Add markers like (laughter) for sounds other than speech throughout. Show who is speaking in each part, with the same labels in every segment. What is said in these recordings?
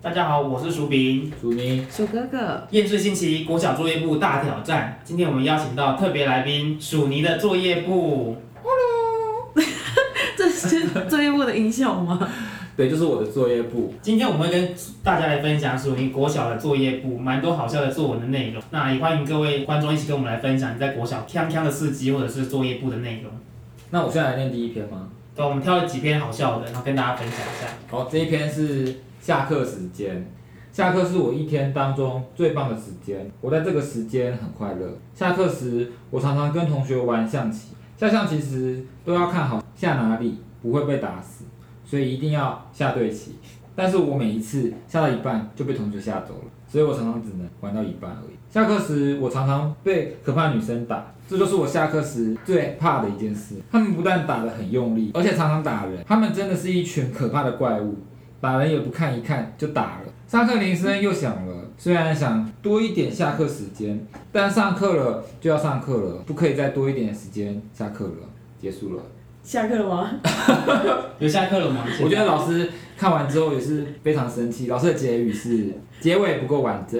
Speaker 1: 大家好，我是薯饼。
Speaker 2: 署名
Speaker 3: 鼠哥哥， (laughs)
Speaker 1: 厌世星期国小作业部大挑战，今天我们邀请到特别来宾薯泥的作业部。
Speaker 3: 这是作业部的音效吗？
Speaker 2: 对，就是我的作业簿。
Speaker 1: 今天我们会跟大家来分享属于国小的作业部，蛮多好笑的作文的内容。那也欢迎各位观众一起跟我们来分享你在国小锵锵的事迹，或者是作业部的内容。
Speaker 2: 那我现在来念第一篇吗？
Speaker 1: 对，我们挑了几篇好笑的，然后跟大家分享一下。
Speaker 2: 好，这一篇是下课时间。下课是我一天当中最棒的时间，我在这个时间很快乐。下课时，我常常跟同学玩象棋。下象棋时都要看好下哪里不会被打死，所以一定要下对棋。但是我每一次下到一半就被同学吓走了，所以我常常只能玩到一半而已。下课时，我常常被可怕女生打，这就是我下课时最怕的一件事。他们不但打得很用力，而且常常打人。他们真的是一群可怕的怪物，打人也不看一看就打了。上课铃声又响了，虽然想多一点下课时间，但上课了就要上课了，不可以再多一点时间下课了。结束了，
Speaker 3: 下课了吗？
Speaker 1: 有下课了吗？
Speaker 2: 我觉得老师看完之后也是非常生气。老师的结语是结尾不够完整，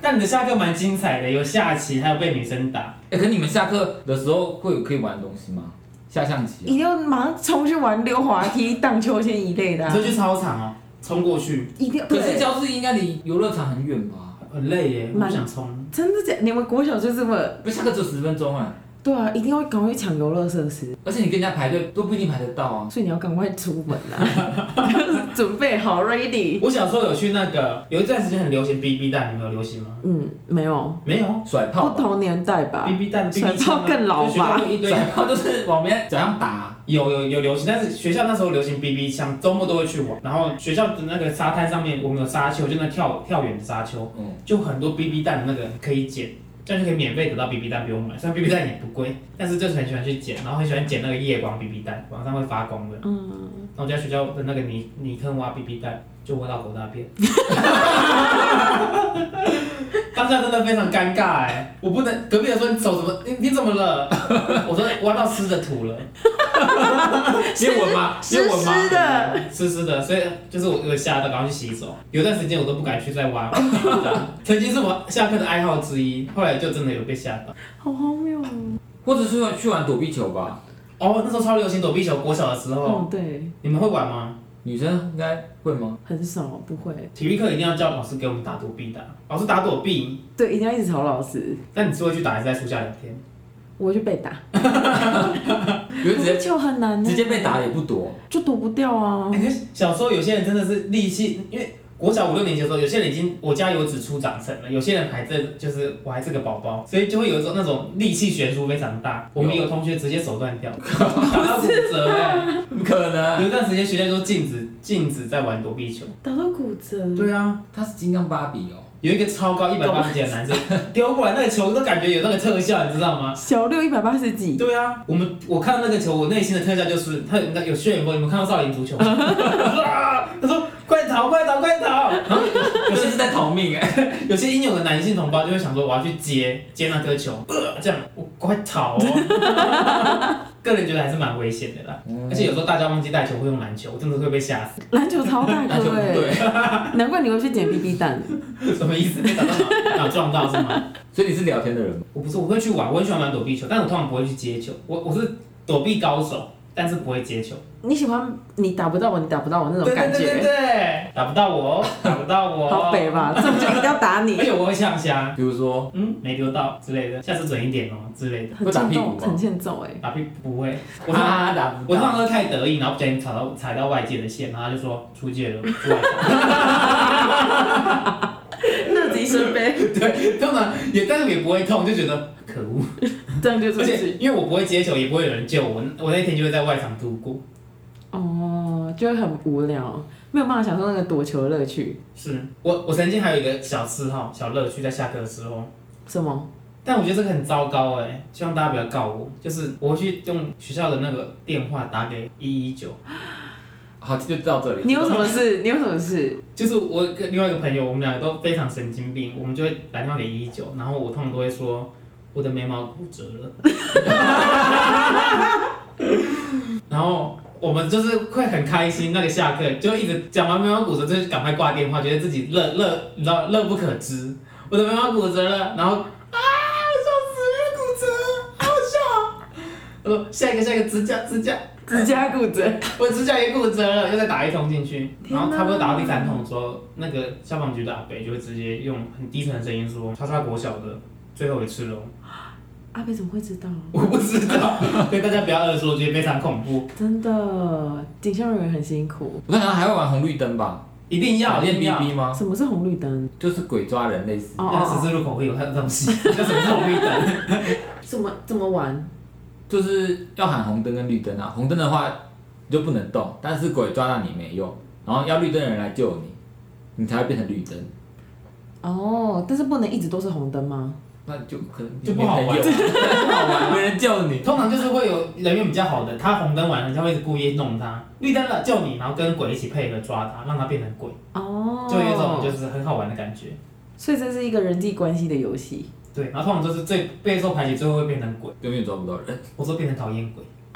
Speaker 1: 但你的下课蛮精彩的，有下棋，还有被女生打。
Speaker 2: 哎、可你们下课的时候会有可以玩的东西吗？下象棋啊、
Speaker 3: 一定要马上冲去玩溜滑梯、荡秋千一类的啊、
Speaker 1: 你就去操场哦，冲过去
Speaker 3: 一定要
Speaker 2: 可是
Speaker 3: 对，
Speaker 2: 教室应该离游乐场很远吧？
Speaker 1: 很累耶，我不想冲。
Speaker 3: 真的假？你们国小就这么
Speaker 2: 不，下课只有十分钟啊，
Speaker 3: 对啊？一定要赶快去抢游乐设施，
Speaker 2: 而且你跟人家排队都不一定排得到啊。
Speaker 3: 所以你要赶快出门啊，就是准备好 ready。
Speaker 1: 我小时候有去那个，有一段时间很流行 BB 弹，你们有流行吗？
Speaker 3: 嗯，没有，
Speaker 1: 没有啊
Speaker 2: 甩炮
Speaker 3: 不
Speaker 2: 吧，
Speaker 3: 同年代吧。
Speaker 1: ，BB 弹、BB
Speaker 3: 甩炮更老吧
Speaker 1: 枪啊就学校会一堆
Speaker 2: (laughs) 甩炮就是往别人脚上打啊、
Speaker 1: 有有有流行，但是学校那时候流行 BB 枪，周末都会去玩。然后学校的那个沙滩上面，我们有沙丘，就那跳跳远的沙丘，
Speaker 2: 嗯，
Speaker 1: 就很多 BB 弹的那个可以捡，这样就可以免费得到 BB 弹，不用买。虽然 BB 弹也不贵，但是就是很喜欢去捡，然后很喜欢捡那个夜光 BB 弹，晚上会发光的。
Speaker 3: 嗯，
Speaker 1: 然后我就在学校的那个泥泥坑挖 BB 弹，就挖到狗大便。当下真的非常尴尬哎、我不能隔壁人说你手怎么你你怎么了？ (laughs) 我说挖到湿的土了，
Speaker 2: 接吻吗？接吻吗？
Speaker 3: 湿湿的，
Speaker 1: 湿湿的，所以就是我我吓到赶快去洗手。有段时间我都不敢去再挖 (laughs) BB 弹，曾经是我下课的爱好之一，后来就真的有被吓到。
Speaker 3: 好荒谬哦。
Speaker 2: 或者是去玩躲避球吧，
Speaker 1: 哦，那时候超流行躲避球，国小的时候，
Speaker 3: 哦，对，
Speaker 1: 你们会玩吗？
Speaker 2: 女生应该会吗？
Speaker 3: 很少不会，
Speaker 1: 体育课一定要叫老师给我们打躲避的，啊老师打躲避，
Speaker 3: 对，一定要一直吵老师，
Speaker 1: 那你是会去打还是在树下聊天？
Speaker 3: 我就被打。
Speaker 2: 有人直接
Speaker 3: 球很难呢，
Speaker 2: 直接被打也不
Speaker 3: (laughs)
Speaker 2: 躲，
Speaker 3: 就躲不掉啊。
Speaker 1: 欸可是小时候有些人真的是力气，因为国小五六年级的时候，有些人已经我家有指出长成了，有些人还在就是我还是个宝宝，所以就会有一种那种力气悬殊非常大。我们有同学直接手 (laughs) 断掉，打到骨折哎、
Speaker 2: 不可能，
Speaker 1: 有一段时间学校就禁止禁止在玩躲避球。
Speaker 3: 打到骨折，
Speaker 1: 对啊，
Speaker 2: 他是金刚芭比哦，
Speaker 1: 有一个超高一百八十几的男生丢过来那个球，都感觉有那个特效，你知道吗？
Speaker 3: 小六一百八十几，
Speaker 1: 对啊，我们我看到那个球，我内心的特效就是他有那有血眼波，你们看到少林足 (laughs) 球吗？我说啊，他说快逃快逃快逃，然后有
Speaker 2: 有
Speaker 1: 些
Speaker 2: 些是在逃命哎、
Speaker 1: 有些英勇的男性同胞就会想说，我要去接接那颗球，呃，这样我快逃哦。 (laughs) 个人觉得还是蛮危险的啦，
Speaker 3: 嗯
Speaker 1: 而且有时候大家忘记带球会用篮球，真的会被吓死。
Speaker 3: 篮球超
Speaker 2: (laughs)
Speaker 3: 大
Speaker 2: 那就
Speaker 3: 颗
Speaker 2: 不
Speaker 3: 哎，
Speaker 2: 对，
Speaker 3: 难怪你会去捡 BB 弹。
Speaker 1: 什么意思？被打到脑脑撞到是吗？ (laughs)
Speaker 2: 所以你是聊天的人吗？
Speaker 1: 我不是，我会去玩，我很喜欢玩躲避球，但我通常不会去接球。我我是躲避高手，但是不会接球。
Speaker 3: 你喜欢你打不到我，你打不到我那种感
Speaker 1: 对对对
Speaker 3: 觉，
Speaker 1: 对，打不到我哦，打不到我哦。
Speaker 3: (laughs) 好北吧？这种就一定要打
Speaker 1: 而 (laughs)
Speaker 3: 你，
Speaker 1: 且我会呛虾，
Speaker 2: 比如说，
Speaker 1: 嗯，没丢到之类的，下次准一点哦之类的。
Speaker 3: 很
Speaker 2: 会打
Speaker 3: 欠
Speaker 2: 屁股
Speaker 3: 揍，
Speaker 2: 吗
Speaker 3: 很欠
Speaker 1: (laughs)
Speaker 3: 揍哎。
Speaker 1: 打屁股不会，我通常
Speaker 2: 啊打不
Speaker 1: 我通常
Speaker 2: 到，
Speaker 1: 都太得意，然后不小心踩到踩到外界的线，然后他就说出界了，出外场。
Speaker 3: 乐极生悲，
Speaker 1: (laughs) 对，通常也但是也不会痛，就觉得可恶。
Speaker 3: 这样就出
Speaker 1: 而
Speaker 3: 去
Speaker 1: 且因为我不会接球，也不会有人救我，我那天就会在外场度过。
Speaker 3: 哦，就会很无聊，没有办法享受那个躲球的乐趣。
Speaker 1: 是我我曾经还有一个小嗜好、小乐趣，在下课的时候。
Speaker 3: 什么？
Speaker 1: 但我觉得这个很糟糕哎、希望大家不要告我。就是我会去用学校的那个电话打给一一九，
Speaker 2: 好，这就到这里。
Speaker 3: 你有什么事？你有什么事？
Speaker 1: 就是我跟另外一个朋友，我们两个都非常神经病，我们就会打电话给一一九，然后我通常都会说我 (laughs) 的眉毛骨折了，然后我们就是会很开心，那个下课就一直讲完眉毛骨折，就是赶快挂电话，觉得自己乐乐，你知道乐不可支，我的眉毛骨折了，然后啊，笑死了，骨折，好笑。我说下一个下一个指甲指甲，
Speaker 3: 指甲骨折，
Speaker 1: (laughs) 我指甲也骨折了，又再打一通进去，
Speaker 3: 天
Speaker 1: 然
Speaker 3: 哪
Speaker 1: 后差不多打到第三通的时候，那个消防局的阿北就会直接用很低沉的声音说：“叉叉国小的最后一次喽。”
Speaker 3: 阿北怎么会知道？
Speaker 1: 我不知道，所以大家不要恶说，我觉得非常恐怖，
Speaker 3: 真的，警校人员很辛苦。
Speaker 2: 我在想还会玩红绿灯吧？
Speaker 1: 一定要，一
Speaker 2: 练
Speaker 1: 定要。
Speaker 2: BB 吗？
Speaker 3: 什么是红绿灯？
Speaker 2: 就是鬼抓人类似。
Speaker 3: 哦
Speaker 1: 那十字路口会有他的东西，叫什么是红绿灯？
Speaker 3: 怎么怎么玩？
Speaker 2: 就是要喊红灯跟绿灯啊，红灯的话你就不能动，但是鬼抓到你没用，然后要绿灯的人来救你，你才会变成绿灯，
Speaker 3: 哦，但是不能一直都是红灯吗？
Speaker 2: 那就可能
Speaker 1: 就不好玩
Speaker 2: 没朋友啊不好
Speaker 1: (laughs)
Speaker 2: 玩，没人救你。
Speaker 1: 通常就是会有人缘比较好的，他红灯完了，人家会一直故意弄他，绿灯了救你，然后跟鬼一起配合抓他，让他变成鬼，
Speaker 3: 哦，
Speaker 1: 就有一种就是很好玩的感觉。
Speaker 3: 所以这是一个人际关系的游戏。
Speaker 1: 对，然后通常就是最备受排挤，最后会变成鬼，
Speaker 2: 永远抓不到人，
Speaker 1: 我说变成讨厌鬼。 (laughs)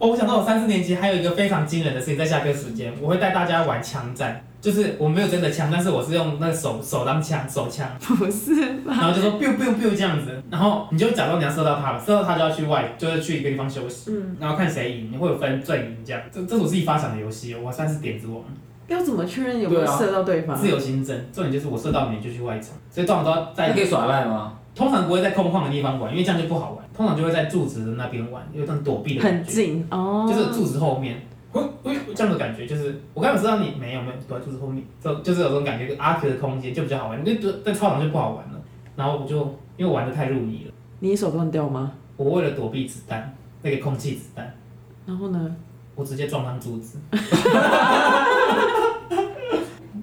Speaker 1: 哦，我想到我三四年级还有一个非常惊人的事情，在下课时间，我会带大家玩枪战，就是我没有真的枪，但是我是用那个手手当枪，手枪。
Speaker 3: 不是吧？
Speaker 1: 然后就说 biu biu biu 这样子，然后你就假装你要射到他了，射到他就要去外，就是去一个地方休息，
Speaker 3: 嗯，
Speaker 1: 然后看谁赢，你会有分阵赢这样。这这是我自己发想的游戏哦，我算是点子王，
Speaker 3: 要怎么确认有没有
Speaker 2: 对啊
Speaker 3: 射到对方？
Speaker 1: 自由新增。重点就是我射到你，你就去外场，所以通常都要
Speaker 2: 那
Speaker 1: 在
Speaker 2: 可以耍赖吗？
Speaker 1: 通常不会在空旷的地方玩，因为这样就不好玩。通常就会在柱子的那边玩，有种躲避的
Speaker 3: 很
Speaker 1: 感觉，
Speaker 3: 近哦，
Speaker 1: 就是柱子后面。会会这样的感觉就是，我刚有知道你没有没有躲在柱子后面，就就是有种感觉，阿 Q 的空间就比较好玩，那就在操场就不好玩了。然后我就因为玩的太入迷了。
Speaker 3: 你手断掉吗？
Speaker 1: 我为了躲避子弹，那个空气子弹，
Speaker 3: 然后呢？
Speaker 1: 我直接撞上柱子。 (laughs)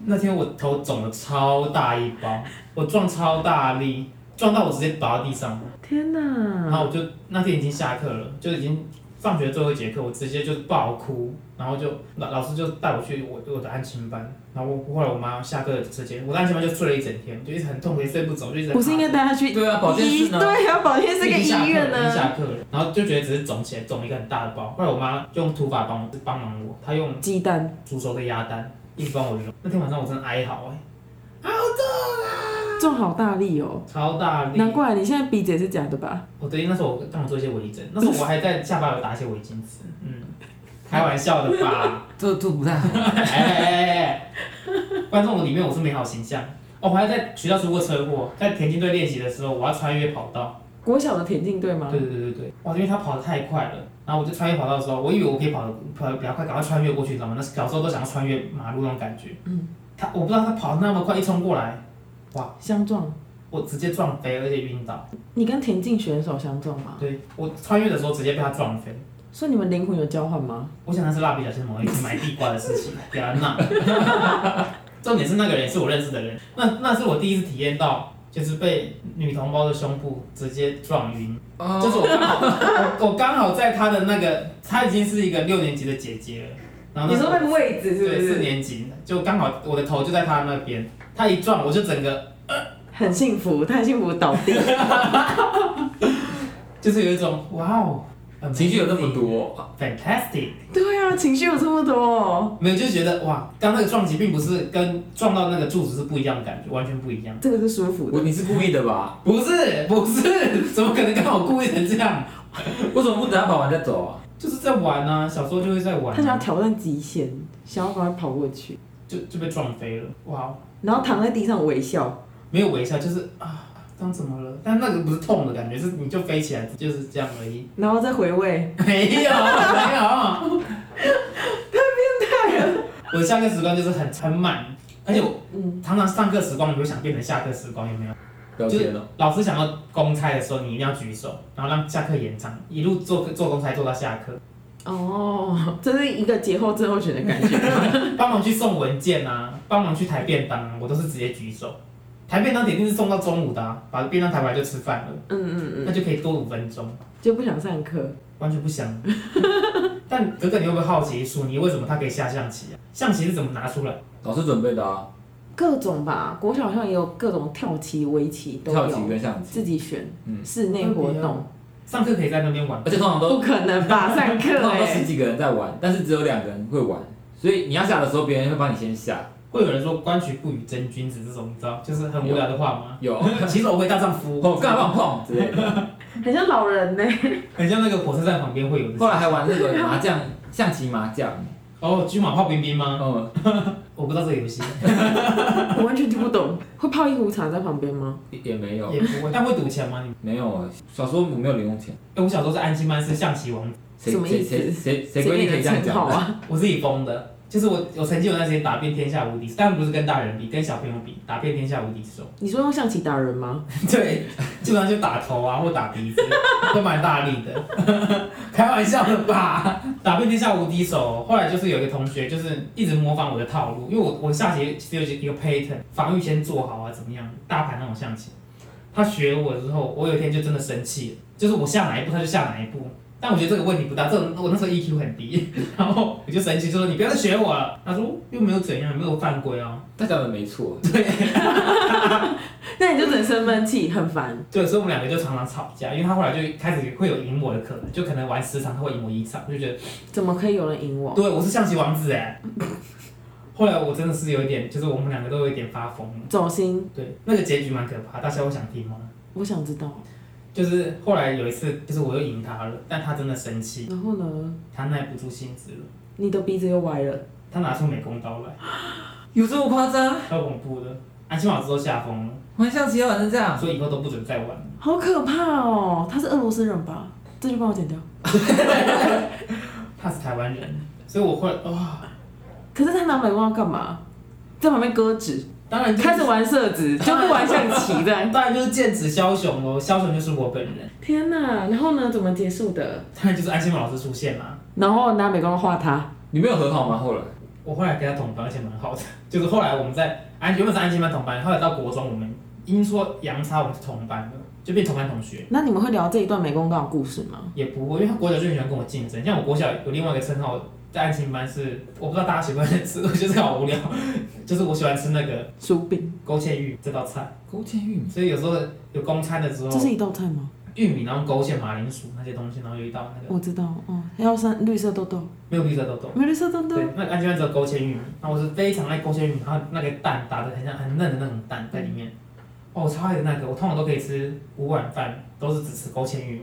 Speaker 1: 那天我头肿了超大一包，我撞超大力，撞到我直接倒到地上。
Speaker 3: 天
Speaker 1: 然
Speaker 3: 哪！
Speaker 1: 后我就那天已经下课了，就已经放学最后一节课，我直接就爆哭，然后就老老师就带我去我我的安亲班，然后我后来我妈下课时间，我的安亲班就睡了一整天，就一直很痛苦，也睡不着，就一直在
Speaker 3: 不是应该带他去
Speaker 2: 对啊，保健室
Speaker 3: 医？
Speaker 2: 呢？
Speaker 3: 对啊，保健室
Speaker 1: 已
Speaker 3: 跟
Speaker 1: 经下
Speaker 3: 医
Speaker 1: 课了
Speaker 3: 院
Speaker 1: 已经
Speaker 3: 呢？
Speaker 1: 下课了，然后就觉得只是肿起来，肿一个很大的包。后来我妈用土法帮我帮忙我，她用
Speaker 3: 鸡蛋，
Speaker 1: 煮熟的鸭蛋一直帮我揉。那天晚上我真的哀嚎哎、
Speaker 3: 重好大力哦，
Speaker 1: 超大力。
Speaker 3: 难怪你现在鼻子也是假的吧？
Speaker 1: 我对，那时候我让我做一些微整，那时候我还在下巴有打一些微巾纸，嗯，开玩笑的吧？
Speaker 2: 这这不太好。
Speaker 1: 哎哎哎哎，观众里面我是美好形象。哦，我还在学校出过车祸，在田径队练习的时候，我要穿越跑道。
Speaker 3: 国小的田径队吗
Speaker 1: 对？对对对对，哇，因为他跑得太快了，然后我就穿越跑道的时候，我以为我可以跑得跑得比较快，赶快穿越过去，你知道吗？那小时候都想要穿越马路那种感觉。
Speaker 3: 嗯，
Speaker 1: 他我不知道他跑得那么快，一冲过来，
Speaker 3: 相撞，
Speaker 1: 我直接撞飞，而且晕倒。
Speaker 3: 你跟田径选手相撞吗？
Speaker 1: 对我穿越的时候直接被他撞飞，
Speaker 3: 所以你们灵魂有交换吗？
Speaker 1: 我想那是蜡笔小新某一次买地瓜的事情， (laughs) 不要闹。重点是那个人是我认识的人，那那是我第一次体验到。就是被女同胞的胸部直接撞晕，
Speaker 2: 哦
Speaker 1: 就是我刚好， (laughs) 我我刚好在她的那个，她已经是一个六年级的姐姐了，然后那时候
Speaker 3: 个位置
Speaker 1: 对，四？年级就刚好我的头就在他那边，他一撞我就整个
Speaker 3: 很幸福，太幸福倒
Speaker 1: (laughs)
Speaker 3: 地。
Speaker 1: 就是有一种哇哦，
Speaker 2: 情绪有那么哦多，
Speaker 1: fantastic，
Speaker 3: 对啊，情绪有这么多哦，
Speaker 1: 没有就觉得哇，刚那个撞击并不是跟撞到那个柱子是不一样的感觉，完全不一样。
Speaker 3: 这个是舒服的。
Speaker 2: 我你是故意的吧？
Speaker 1: 不是不是， (laughs) 怎么可能刚好故意成这样？
Speaker 2: 为什么不等他跑完再走啊？
Speaker 1: 就是在玩啊，小时候就会在玩
Speaker 3: 他想要
Speaker 1: 啊、
Speaker 3: 挑战极限，想要把它跑过去，
Speaker 1: 就就被撞飞了，哇，
Speaker 3: 然后躺在地上微笑。
Speaker 1: 没有微笑就是啊，刚怎么了？但那个不是痛的感觉，是你就飞起来，就是这样而已。 (laughs)
Speaker 3: 然后再回味，
Speaker 1: 没有，没有，太
Speaker 3: (laughs)
Speaker 1: 变态了。我的下课时光就是很很满，而且我
Speaker 3: 嗯，
Speaker 1: 常常上课时光，你会想变成下课时光，有没有？
Speaker 2: 聊天了，
Speaker 1: 老师想要公差的时候，你一定要举手，然后让下课延长，一路做做公差做到下课，
Speaker 3: 哦，这是一个节后症候群的
Speaker 2: (laughs)
Speaker 3: 感觉。
Speaker 1: (laughs) 帮忙去送文件啊，帮忙去抬便当啊，我都是直接举手。抬便当铁定是送到中午的、啊，把便当抬回来就吃饭了，
Speaker 3: 嗯嗯
Speaker 1: 那
Speaker 3: 嗯，
Speaker 1: 就可以多五分钟，
Speaker 3: 就不想上课。
Speaker 1: 完全不想。 (laughs) 但哥哥，你会不会好奇索尼为什么他可以下象棋啊？象棋是怎么拿出来的？
Speaker 2: 老师准备的啊，
Speaker 3: 各种吧，国小好像也有各种跳棋、围棋都
Speaker 2: 跳棋
Speaker 3: 有，
Speaker 2: 跟象棋。
Speaker 3: 自己选
Speaker 2: 嗯
Speaker 3: 室内活
Speaker 1: 特别哦
Speaker 3: 动。
Speaker 1: 上课可以在那边玩。
Speaker 2: 而且通常都
Speaker 3: 不可能吧？上课
Speaker 2: 通常都十 (laughs)
Speaker 3: 哎，
Speaker 2: 几个人在玩，但是只有两个人会玩，所以你要下的时候，别人会帮你先下。
Speaker 1: 会有人说“关取不与真君子”这种，你知道，就是很无聊的话吗？
Speaker 3: (laughs)
Speaker 2: 有，
Speaker 1: 骑手回大丈夫，
Speaker 2: 哦，干嘛碰之类的。
Speaker 3: 很像老人欸呢。
Speaker 1: 很像那个火车站旁边会有的。
Speaker 2: 后来还玩那个麻
Speaker 3: (laughs)
Speaker 2: 将，象棋麻将。
Speaker 1: 哦，军马炮兵兵吗？
Speaker 2: 嗯，
Speaker 1: 我不知道这个游戏，
Speaker 3: 我完全听不懂。会泡一壶茶在旁边吗？
Speaker 2: 也没有，
Speaker 1: 也不会。但会赌钱吗？你？
Speaker 2: 没有。啊小时候我没有零用钱，
Speaker 1: 哎，我小时候是安亲班，是象棋王，
Speaker 2: 谁
Speaker 3: 什么
Speaker 2: 谁
Speaker 3: 意思
Speaker 2: 谁谁谁规定可以
Speaker 3: 的
Speaker 2: 这样
Speaker 3: 称
Speaker 2: 讲
Speaker 3: 号
Speaker 2: 的？
Speaker 3: 啊？
Speaker 1: 我自己封的。就是我，我曾经有段时间打遍天下无敌手，但不是跟大人比，跟小朋友比，打遍天下无敌手。
Speaker 3: 你说用象棋打人吗？
Speaker 1: (laughs) 对，基本上就打头啊，或打鼻子， (laughs) 都蛮大力的。 (laughs) 开玩笑的吧？ (laughs) 打遍天下无敌手。后来就是有一个同学，就是一直模仿我的套路，因为我我下棋其实有一个 pattern，防御先做好啊，怎么样？大盘那种象棋。他学我之后，我有一天就真的生气了，就是我下哪一步他就下哪一步。但我觉得这个问题不大，这种我那时候 EQ 很低，然后我就生气就说你不要再学我了。他说哦又没有怎样，没有犯规啊。
Speaker 2: 他讲的没错，
Speaker 3: 那你就只能生闷气，很
Speaker 2: (laughs)
Speaker 3: 烦。
Speaker 1: 对，所以我们两个就常常吵架，因为他后来就开始会有赢我的可能，就可能玩十场他会赢我一场，我就觉得
Speaker 3: 怎么可以有人赢我？
Speaker 1: 对我是象棋王子
Speaker 3: (laughs)
Speaker 1: 哎。后来我真的是有一点，就是我们两个都有一点发疯了。
Speaker 3: 走心，
Speaker 1: 对，那个结局蛮可怕，大家会想听吗？
Speaker 3: 我想知道。
Speaker 1: 就是后来有一次，就是我又赢他了，但他真的生气，
Speaker 3: 然后呢？
Speaker 1: 他耐不住性子了，
Speaker 3: 你的鼻子又歪了。
Speaker 1: 他拿出美工刀来，
Speaker 2: 有这么夸张？
Speaker 1: 超恐怖的。啊安琪老师都吓疯了，
Speaker 2: 玩象棋要玩成这样？
Speaker 1: 所以以后都不准再玩了。
Speaker 3: 好可怕哦！他是俄罗斯人吧？这就帮我剪掉。
Speaker 1: 他是台湾人，所以我会哦哇、
Speaker 3: 可是他拿美工刀干嘛？在旁边割纸，
Speaker 1: 当啊然、就是、
Speaker 3: 开始玩色子，就不玩象
Speaker 1: (laughs)
Speaker 3: 棋的。
Speaker 1: 当然就是剑指枭雄喽，枭雄就是我本人。
Speaker 3: 天哪！然后呢？怎么结束的？
Speaker 1: 当然就是安心老师出现啦。
Speaker 3: 然后拿美工刀画他。
Speaker 2: 你们有和好吗？后来
Speaker 1: 我后来跟他同班，而且蛮好的。 (laughs) 就是后来我们在安原本是安心班同班，后来到国中我们阴错阳差我们是同班的，就变同班同学。
Speaker 3: 那你们会聊这一段美工刀的故事吗？
Speaker 1: 也不会，因为他国小就很喜欢跟我竞争。像我国小有另外一个称号，在安心班是我不知道大家喜不喜欢吃，我觉得好无聊。 (laughs) 就是我喜欢吃那个
Speaker 3: 薯饼，
Speaker 1: 勾芡玉这道菜，
Speaker 2: 勾芡玉米，
Speaker 1: 所以有时候有公餐的时
Speaker 3: 这是
Speaker 1: 候，
Speaker 3: 一道菜吗？
Speaker 1: 玉米然后勾芡马铃薯那些东西，然后有一道那个
Speaker 3: 我知道哦，要三绿色豆豆，
Speaker 1: 没有绿色豆豆。
Speaker 3: 没有绿色豆豆
Speaker 1: 对，那个安全班只有勾芡玉米，那我是非常爱勾芡玉米，它那个蛋打的很像很嫩的那种蛋在里面。哦，我超爱的那个，我通常都可以吃五碗饭，都是只吃勾芡玉米，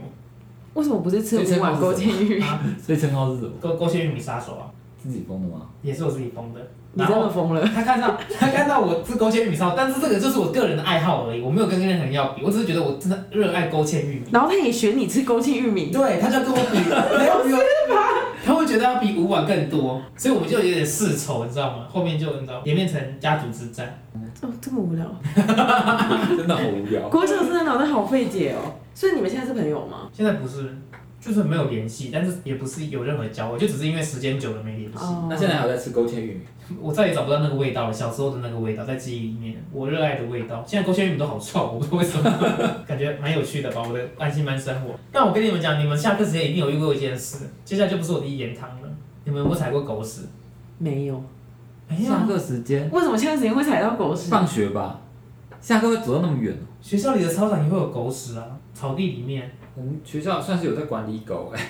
Speaker 3: 为什么不是吃五碗勾芡玉米？
Speaker 1: 啊，
Speaker 2: 所以称号是什么？
Speaker 1: 勾勾芡玉米杀手啊，
Speaker 2: 自己封的吗？ (laughs)
Speaker 1: 也是我自己封的。
Speaker 3: 你
Speaker 1: 然
Speaker 3: 真的
Speaker 1: 后
Speaker 3: 疯了？
Speaker 1: 他看到 (laughs) 他看到我吃勾芡玉米烧，但是这个就是我个人的爱好而已，我没有跟任何人要比，我只是觉得我真的热爱勾芡玉米。
Speaker 3: 然后他也学你吃勾芡玉米，
Speaker 1: 对，他就跟我比，没有比我， (laughs) 他会觉得要比五碗更多，所以我们就有点世仇，你知道吗？后面就你知道演变成家族之战。
Speaker 3: 哦，这么无聊。
Speaker 2: 真的好无
Speaker 3: (laughs)
Speaker 2: 聊。
Speaker 3: 国小生的脑袋好费解哦。所以你们现在是朋友吗？
Speaker 1: 现在不是，就是没有联系，但是也不是有任何交流，就只是因为时间久了没联系。
Speaker 3: 哦，
Speaker 2: 那现在还有在吃勾芡玉米？
Speaker 1: 我再也找不到那个味道了，小时候的那个味道，在记忆里面，我热爱的味道。现在勾芡玉米都好臭，我不知道为什么，感觉蛮有趣的吧？我的安心班生活。但我跟你们讲，你们下课时间一定有遇过一件事，接下来就不是我的一言堂了。你们有没有踩过狗屎？
Speaker 3: 没有。哎
Speaker 1: 没有
Speaker 2: 下
Speaker 1: 啊，
Speaker 2: 课时间，
Speaker 3: 为什么现在时间会踩到狗屎？
Speaker 2: 放学吧。下课会走到那么远哦？
Speaker 1: 学校里的操场也会有狗屎啊，草地里面。
Speaker 2: 我们学校算是有在管理 (laughs) 狗哎、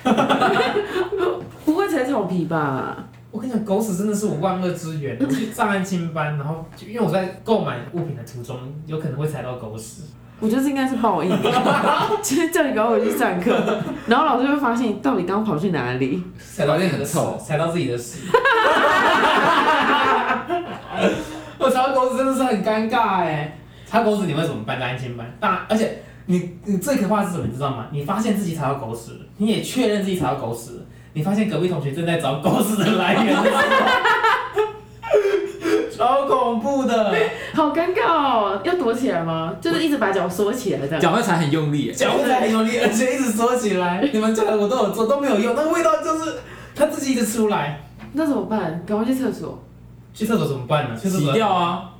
Speaker 3: 不会踩草皮吧？
Speaker 1: 我跟你讲，狗屎真的是我万恶之源。我去上安亲班，然后就因为我在购买物品的途中，有可能会踩到狗屎。
Speaker 3: 我觉得这应该是报 (laughs) 应，就是叫你赶快回去上课，然后老师会发现你到底刚刚跑去哪里。
Speaker 1: 踩到自己
Speaker 2: 很
Speaker 1: 的
Speaker 2: 臭
Speaker 1: 屎，踩到自己的屎。 (laughs) 我擦狗屎真的是很尴尬哎，擦狗屎你会怎么办？在安全班大，而且你你最可怕的是什么？你知道吗？你发现自己踩到狗屎了，你也确认自己踩到狗屎了，你发现隔壁同学正在找狗屎的来源 (laughs) 的时候，超恐怖的，
Speaker 3: 好尴尬哦，要躲起来吗？就是一直把脚缩起来这样。
Speaker 2: 脚会踩很用力哎、
Speaker 1: 脚会很用力，而且一直缩起来。你们教的我都有做，都没有用，那个味道就是它自己一直出来。
Speaker 3: 那怎么办？赶快去厕所。
Speaker 1: 去厕所怎么办呢？去厕
Speaker 2: 洗
Speaker 1: 所
Speaker 2: 掉啊！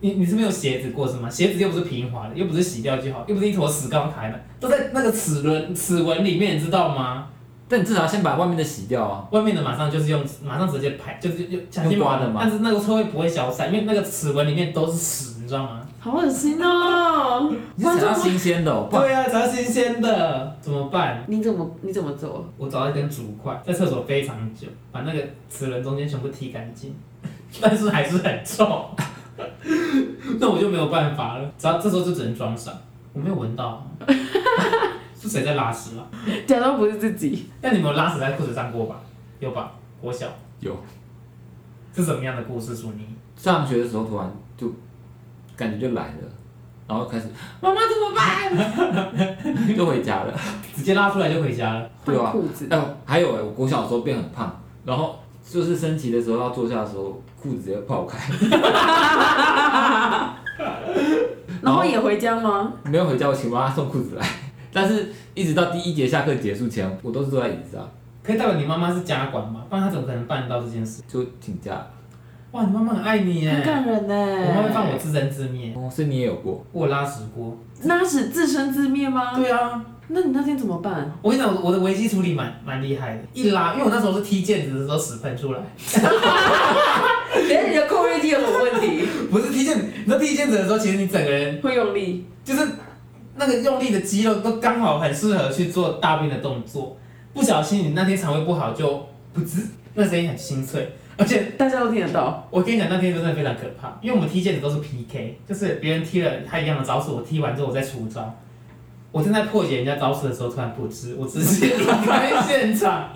Speaker 1: 你你是没有鞋子过是吗？鞋子又不是平滑的，又不是洗掉就好，又不是一坨屎刚排的，都在那个齿轮齿纹里面，你知道吗？
Speaker 2: 但你至少要先把外面的洗掉啊。
Speaker 1: 外面的马上就是用马上直接排，就是用
Speaker 2: 用刮的吗
Speaker 1: 但是那个臭味不会消散，因为那个齿纹里面都是屎，你知道吗？
Speaker 3: 好恶心哦！
Speaker 2: 你是想要新鲜的哦，不然
Speaker 1: 对啊，只要新鲜的怎么办？
Speaker 3: 你怎么你怎么做？
Speaker 1: 我找到一根竹筷，在厕所非常久，把那个齿轮中间全部剃干净， (laughs) 但是还是很臭。 (laughs) 那我就没有办法了，只要这时候就只能装傻，我没有闻到，啊 (laughs) 是谁在拉屎啊？
Speaker 3: 假装不是自己，
Speaker 1: 但你们有拉屎在裤子上过吧？有吧？我小
Speaker 2: 有
Speaker 1: 是什么样的故事？淑妮，
Speaker 2: 上学的时候突然就感觉就来了，然后开始妈妈怎么办？就回家 (laughs) 了。
Speaker 1: 直接拉出来就回家了。
Speaker 2: 对啊
Speaker 3: 换裤子，
Speaker 2: 哎、还有哎、我国小的时候变很胖，然后就是升旗的时候要坐下的时候，裤子直接爆开， (laughs)
Speaker 3: 然后也回家吗？
Speaker 2: 没有回家，我请妈妈送裤子来。 (laughs) 但是一直到第一节下课结束前，我都是坐在椅子上，
Speaker 1: 可以代表你妈妈是家管吗？不然她怎么可能办到这件事？
Speaker 2: 就请假。
Speaker 1: 哇，你妈妈很爱你耶
Speaker 3: 很！感人呢。
Speaker 1: 我妈会放我自生自灭，
Speaker 2: 哦，所以你也有过，
Speaker 1: 我有拉屎锅。
Speaker 3: 那是自生自灭吗？
Speaker 1: 对啊，
Speaker 3: 那你那天怎么办？
Speaker 1: 我跟你讲，我的危机处理蛮蛮厉害的，一拉，因为我那时候是踢毽子的时候屎喷出来， (laughs)
Speaker 3: (laughs) 等下你的括约肌有什么问题？
Speaker 1: 不是踢毽子，你知道踢毽子的时候，其实你整个人
Speaker 3: (laughs) 会用力，
Speaker 1: 就是那个用力的肌肉都刚好很适合去做大便的动作，不小心你那天肠胃不好就噗滋，那声音很清脆，而且
Speaker 3: 大家都听得到。
Speaker 1: 哦我跟你讲，那天真的非常可怕，因为我们踢毽子都是 PK，就是别人踢了他一样的招式，我踢完之后我再出招。我正在破解人家招式的时候，突然不知，我直接离开现场。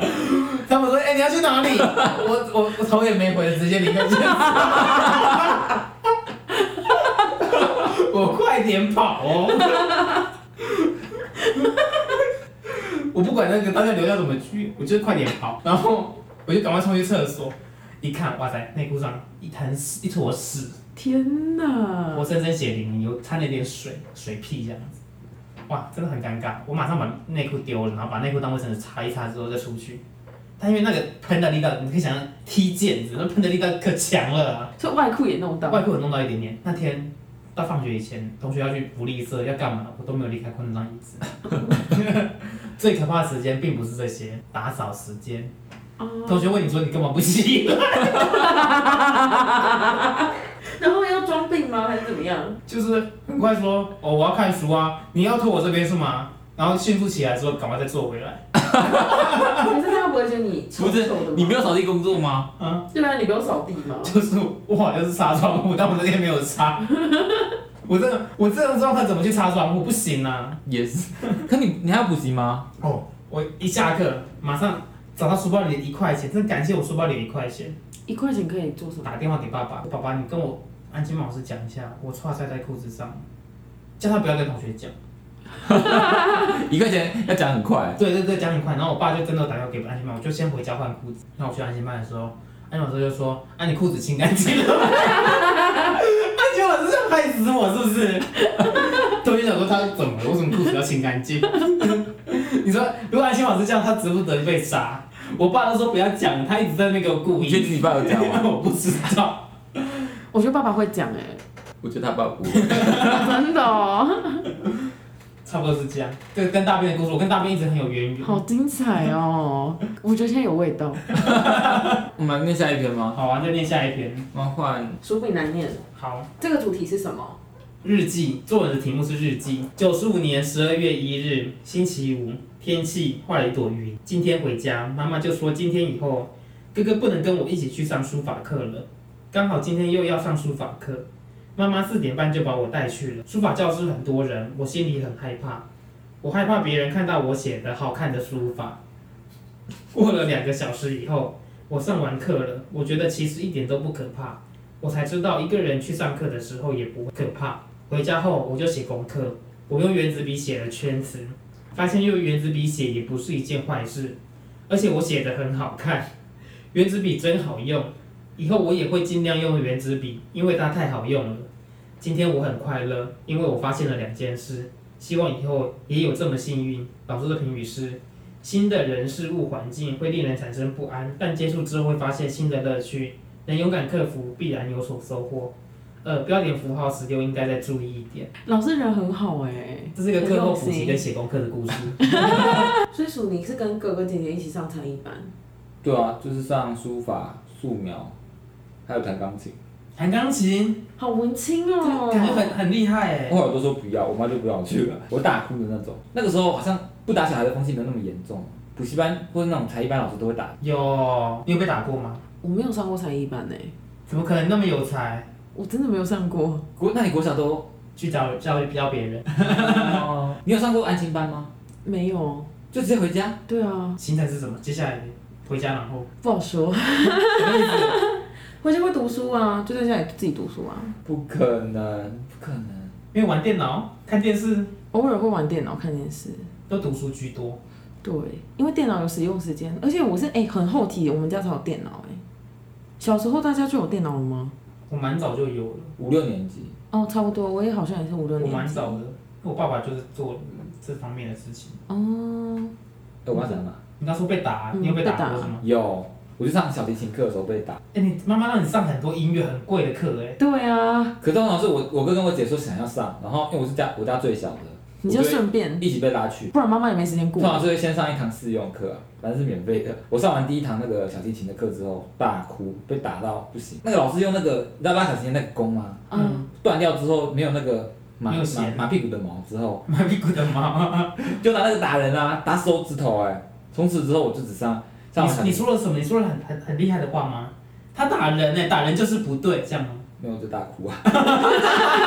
Speaker 1: 他们说：“哎、你要去哪里？”我我我头也没回，直接离开现场。我快点跑哦！我不管那个大家留下怎么去，我就是快点跑，然后我就赶快冲去厕所。一看，哇塞，内裤上一滩屎，一坨屎，
Speaker 3: 天哪！
Speaker 1: 活生生血淋淋，有掺了一点水，水屁这样子，哇，真的很尴尬。我马上把内裤丢了，然后把内裤当卫生纸擦一擦之后再出去。但因为那个喷的力道，你可以想象踢毽子，那喷的力道可强了啊！
Speaker 3: 所以外裤也弄到。
Speaker 1: 外裤有弄到一点点。那天到放学以前，同学要去福利社要干嘛，我都没有离开过那张椅子。 (laughs) 最可怕的时间并不是这些，打扫时间。
Speaker 3: 哦。
Speaker 1: 同学问你说你干嘛不洗？
Speaker 3: 然后要装病吗？还是怎么样？
Speaker 1: 就是很快说，哦，我要看书啊，你要拖我这边是吗？然后迅速起来之后，赶快再坐回来。 (laughs)
Speaker 3: 可是他不会觉得你臭
Speaker 2: 不是
Speaker 3: 臭的吗？
Speaker 2: 你没有扫地工作吗？
Speaker 1: 啊，
Speaker 3: 对啊，你不用扫地吗？
Speaker 1: 就是我好像是擦窗户，但我那天没有擦。 (laughs) 我这我这种状态怎么去擦窗户？不行啊！
Speaker 2: 也是，可你你还要补习吗？
Speaker 1: 哦，我一下课马上找到书包里的一块钱，真感谢我书包里的一块钱。
Speaker 3: 一块钱可以做什么？
Speaker 1: 打电话给爸爸，爸爸，你跟我安静老师讲一下，我错塞在裤子上，叫他不要跟同学讲。
Speaker 2: 一块钱要讲很快，
Speaker 1: 对对对，讲很快。然后我爸就真的打电话给安心班，我就先回家换裤子。然后我去安心班的时候，安心老师就说：“啊，你裤子清干净了。” (laughs) 安心老师想害死我是不是？同学想说他怎么了？为什么裤子要清干净？ (laughs) 你说如果安心老师这样，他值不得被杀？我爸都说不要讲，他一直在那个故
Speaker 2: 你确定
Speaker 1: 意。
Speaker 2: 你爸有讲吗？
Speaker 1: (laughs) 我不知道，
Speaker 3: 我觉得爸爸会讲哎、
Speaker 2: 我觉得他爸不会。
Speaker 3: 真
Speaker 2: (laughs)
Speaker 3: 的哦，
Speaker 1: 差不多是这样。对，跟大便的故事，我跟大便一直很有渊源。
Speaker 3: 好精彩哦！我觉得现在有味道。
Speaker 2: 我们来念下一篇吗？
Speaker 1: 好啊，再念下一篇。
Speaker 2: 我们换
Speaker 3: 书饼难念，
Speaker 1: 好。
Speaker 3: 这个主题是什么？
Speaker 1: 日记，作文的题目是日记。九十五年十二月一日，星期五，天气画了一朵云。今天回家，妈妈就说今天以后哥哥不能跟我一起去上书法课了。刚好今天又要上书法课，妈妈四点半就把我带去了。书法教室很多人，我心里很害怕，我害怕别人看到我写的好看的书法。过了两个小时以后，我上完课了，我觉得其实一点都不可怕。我才知道，一个人去上课的时候也不会可怕。回家后我就写功课，我用原子笔写了圈词，发现用原子笔写也不是一件坏事，而且我写的很好看，原子笔真好用，以后我也会尽量用原子笔，因为它太好用了。今天我很快乐，因为我发现了两件事，希望以后也有这么幸运。老师的评语是：新的人事物环境会令人产生不安，但接触之后会发现新的乐趣，能勇敢克服，必然有所收获。呃，标点符号使用应该再注意一点。
Speaker 3: 老师人很好哎、
Speaker 1: 这是一个课后补习跟写功课的故事。
Speaker 3: 所以鼠你是跟哥哥姐姐一起上才艺班，
Speaker 2: 对啊，就是上书法、素描，还有弹钢琴。
Speaker 1: 弹钢琴，
Speaker 3: 好文青哦、
Speaker 1: 感觉很很厉害哎。
Speaker 2: 后来我都说不要，我妈就不让我去了，我大哭的那种。那个时候好像不打小孩的风气没有那么严重，补习班或者那种才艺班老师都会打。
Speaker 1: 有，你有被打过吗？
Speaker 3: 我没有上过才艺班呢、
Speaker 1: 哦怎么可能那么有才？
Speaker 3: 我真的没有上过。
Speaker 2: 国，那你国小都，
Speaker 1: 去教教教别人，
Speaker 2: 哦你有上过安亲班吗？
Speaker 3: 没有，
Speaker 2: 就直接回家？
Speaker 3: 对啊，
Speaker 1: 行程是什么？接下来回家然后
Speaker 3: 不好 (laughs) 说。回家会读书啊，就在家里自己读书啊，
Speaker 2: 不可能，不可能。
Speaker 1: 因为玩电脑、看电视
Speaker 3: 偶尔会玩电脑看电视。
Speaker 1: 都读书居多。
Speaker 3: 对，因为电脑有使用时间，而且我是哎、很后期，我们家才有电脑哎、小时候大家就有电脑了吗？
Speaker 1: 我蛮早就有了，
Speaker 2: 五六年级，
Speaker 3: 哦，差不多，我也好像也是五六
Speaker 1: 我
Speaker 3: 年
Speaker 1: 蛮
Speaker 3: 级。
Speaker 1: 早的，我爸爸就是做这方面的事情。
Speaker 3: 哦，
Speaker 2: 哎、我妈讲嘛，
Speaker 1: 你刚说被打，
Speaker 3: 嗯
Speaker 1: 你有被打
Speaker 3: 被
Speaker 1: 过
Speaker 3: 打
Speaker 1: 是吗？
Speaker 2: 有，我就上小提琴课的时候被打。
Speaker 1: 哎、你妈妈让你上很多音乐很贵的课哎、
Speaker 3: 对啊，
Speaker 2: 可通常是我我哥跟我姐说想要上，然后因为我是家我家最小的，
Speaker 3: 你就
Speaker 2: 我会
Speaker 3: 顺便，
Speaker 2: 一起被拉去。
Speaker 3: 不然妈妈也没时间顾
Speaker 2: 通。常是会先上一堂试用课、啊，反正是免费的。我上完第一堂那个小提琴的课之后，大哭，被打到不行。那个老师用那个你知道拉小提琴那个弓吗？
Speaker 3: 嗯，
Speaker 1: (laughs)
Speaker 2: 断掉之后没有那个马
Speaker 1: 没有
Speaker 2: 马
Speaker 1: 弦
Speaker 2: 马屁股的毛之后，
Speaker 1: 马屁股的毛。
Speaker 2: 就拿那个打人啊，打手指头哎、从此之后我就只上上完小
Speaker 1: 你
Speaker 2: 提
Speaker 1: 你
Speaker 2: 琴，
Speaker 1: 说了什么？你说了很很很厉害的话吗？他打人哎、打人就是不对，这样吗？
Speaker 2: 没有就大哭啊。
Speaker 3: (laughs)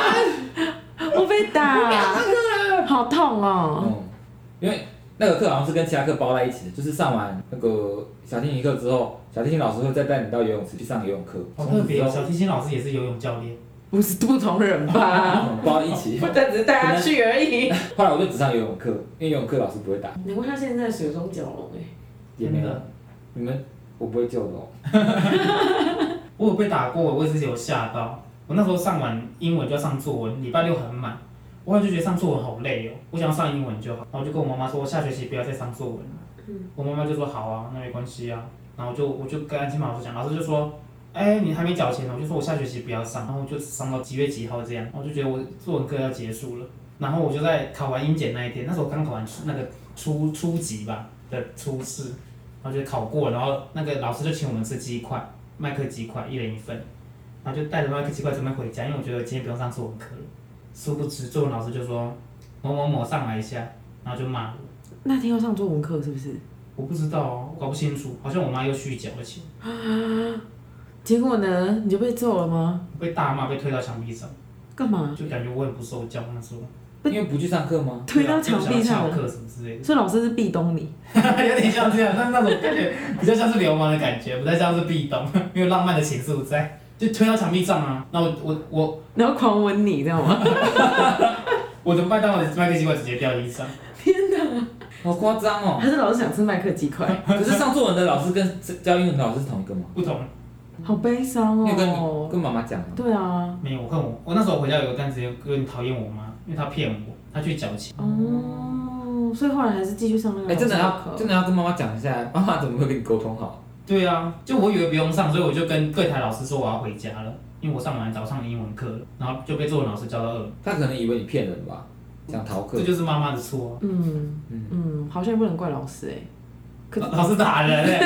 Speaker 3: 我被打，好痛哦、
Speaker 2: 嗯，因为那个课好像是跟其他课包在一起的，就是上完那个小提琴课之后，小提琴老师会再带你到游泳池去上游泳课，
Speaker 1: 好特别哦，
Speaker 2: 从此之后
Speaker 1: 小提琴老师也是游泳教练，
Speaker 3: 不是不同人 (laughs) 吧？
Speaker 2: 嗯包在一起。 (laughs)
Speaker 3: 但只是带
Speaker 2: 他
Speaker 3: 去而已。
Speaker 2: 后来我就只上游泳课，因为游泳课老师不会打，
Speaker 3: 难怪他现在水中蛟龙哎、
Speaker 2: 也没
Speaker 1: 真
Speaker 2: 有
Speaker 1: 的。
Speaker 2: 你们我不会救的哦。
Speaker 1: 我有被打过，我也是有吓到。我那时候上完英文就要上作文，礼拜六很满，我后来就觉得上作文好累哦，我想要上英文就好。然后我就跟我妈妈说，我下学期不要再上作文了。我妈妈就说好啊，那没关系啊。然后我就我就跟安亲老师讲，老师就说，哎、你还没缴钱呢，我就说我下学期不要上，然后我就上到几月几号这样，我就觉得我作文课要结束了。然后我就在考完英检那一天，那时候我刚考完初那个初初级吧的初试，然后就考过，然后那个老师就请我们吃鸡块。麦克鸡块，一人一份，然后就带着麦克鸡块准备回家，因为我觉得今天不用上作文课了。殊不知，作文老师就说某某某上来一下，然后就骂我。
Speaker 3: 那天要上中文课是不是？
Speaker 1: 我不知道哦，我搞不清楚，好像我妈又虚缴了钱，
Speaker 3: 结果呢，你就被揍了吗？
Speaker 1: 被大骂，被推到墙壁上，
Speaker 3: 干嘛？
Speaker 1: 就感觉我很不受教。那时候啊
Speaker 2: 因为不去上课吗？
Speaker 3: 推到墙壁上
Speaker 1: 翘
Speaker 3: 了？
Speaker 1: 课什么之类的，
Speaker 3: 所以老师是壁咚你，
Speaker 1: (laughs) 有点像这样，但那种感觉比较像是流氓的感觉，不太像是壁咚， (laughs) 没有浪漫的情愫在，就推到墙壁上啊。那我我我
Speaker 3: 然后狂吻你，知道吗？
Speaker 1: 我的麦当劳的麦克鸡块直接掉地上，
Speaker 3: 天哪！
Speaker 2: 好夸
Speaker 1: (laughs)
Speaker 2: 张哦！
Speaker 3: 还是老师想吃麦克鸡块，
Speaker 2: 可是上作文的老师跟教英文的老师是同一个吗？
Speaker 1: 不懂，
Speaker 3: 好悲伤
Speaker 2: 你有跟
Speaker 3: 哦
Speaker 2: 你。跟妈妈讲吗？
Speaker 3: 对啊，
Speaker 1: 没有，我恨我，我那时候回家有一段时间有点讨厌我妈，因为她骗我，她去缴钱。
Speaker 3: 哦，所以后来还是继续上那个
Speaker 2: 哎、
Speaker 3: 老师
Speaker 2: 真的要
Speaker 3: 课。
Speaker 2: 真的要跟妈妈讲一下，妈妈怎么会跟你沟通好？
Speaker 1: 对啊，就我以为不用上，所以我就跟柜台老师说我要回家了，因为我上完早上的英文课了，然后就被作文老师叫到二楼，
Speaker 2: 她可能以为你骗人吧，想逃课
Speaker 1: 这。就是妈妈的错。
Speaker 3: 嗯
Speaker 2: 嗯
Speaker 3: 嗯，好像也不能怪老师哎。可
Speaker 1: 老老师打人嘞、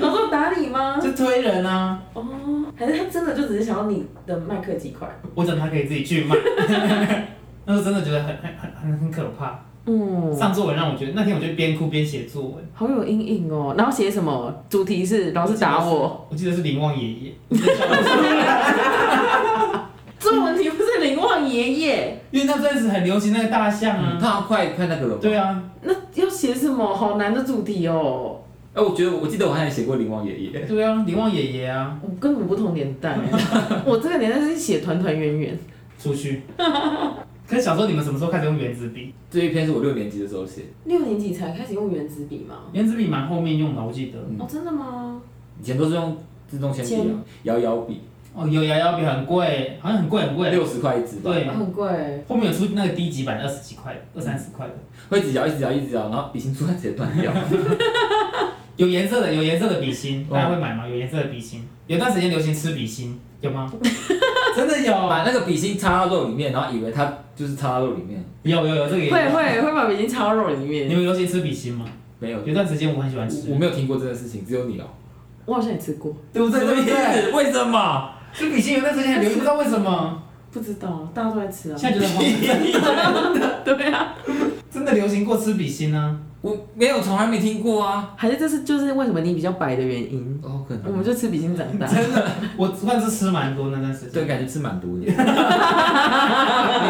Speaker 3: 老师有打你吗？
Speaker 1: 就推人啊！
Speaker 3: 哦，还是他真的就只是想要你的麦克鸡块？
Speaker 1: 我等他可以自己去买。那时候真的觉得很很很很很可怕。
Speaker 3: 嗯，
Speaker 1: 上作文让我觉得那天我就边哭边写作文，
Speaker 3: 好有阴影哦。然后写什么？主题是老师打我。
Speaker 1: 我记得是林旺爷爷，
Speaker 3: 作文题不是林旺爷爷，
Speaker 1: 因为那阵子很流行那个大象
Speaker 2: 嗯，
Speaker 1: 啊。
Speaker 2: 她好像快快那个了吧？
Speaker 1: 对啊，
Speaker 3: 那要写什么？好难的主题哦。
Speaker 2: 哎、我觉得我记得我好像也写过林王爷爷。 (laughs)
Speaker 1: 对啊，林旺爷爷啊，
Speaker 3: 我根本不同年
Speaker 1: (laughs)
Speaker 3: 代，我这个年代是写团团圆圆。
Speaker 1: 出去。 (laughs) 可是小时候你们什么时候开始用圆珠笔？
Speaker 2: 这一篇是我六年级的时候写的，
Speaker 3: 六年级才开始用圆珠笔吗？
Speaker 1: 圆珠笔蛮后面用的，我记得。
Speaker 3: 哦，真的吗？
Speaker 2: 以前都是用自动铅笔啊，摇摇笔，
Speaker 1: 哦，有摇摇笔很贵，好像很贵很贵。
Speaker 2: 六十块一支吧，
Speaker 1: 对，啊
Speaker 3: 很贵。
Speaker 1: 后面有出那个低级版二十几块的，二三十块的，
Speaker 2: 会一直摇一直摇一直摇，然后笔芯突然直接断
Speaker 1: (laughs)
Speaker 2: 掉。
Speaker 1: 有颜色的，有颜色的笔芯，
Speaker 2: 哦
Speaker 1: 大家会买吗？有颜色的笔芯，有段时间流行吃笔芯，有吗？ (laughs) 真的有，
Speaker 2: 把那个笔芯插到肉里面，然后以为它就是插到肉里面，
Speaker 1: 有有有这个也
Speaker 3: 会
Speaker 1: 有。
Speaker 3: 会会把笔芯插到肉里
Speaker 1: 你
Speaker 3: 面。
Speaker 1: 们流行吃笔芯吗？
Speaker 2: 没有，
Speaker 1: 有段时间我很喜欢
Speaker 2: 我
Speaker 1: 吃
Speaker 2: 我，没有听过这件事情，只有你哦。
Speaker 3: 我好像也吃过，
Speaker 1: 对不对？
Speaker 2: 什么
Speaker 1: 对
Speaker 2: 意
Speaker 1: 不对？
Speaker 2: 思？为什么？
Speaker 1: 吃比心油那之前很流行，不知道为什
Speaker 2: (laughs)
Speaker 1: 么，
Speaker 3: 不知道啊，大家都在吃啊。
Speaker 1: 现在觉得好，
Speaker 3: (laughs) 对啊，
Speaker 1: (laughs) 真的流行过吃比心啊。
Speaker 2: 我没有，从来没听过啊。
Speaker 3: 还是这是就是为什么你比较白的原因，
Speaker 2: 哦，
Speaker 1: 嗯
Speaker 2: 可能
Speaker 3: 我们就吃比心 (laughs) 长大。
Speaker 1: 我算是吃蛮多那段时间，
Speaker 2: 对，感觉是蛮多
Speaker 3: (laughs)
Speaker 2: 的，应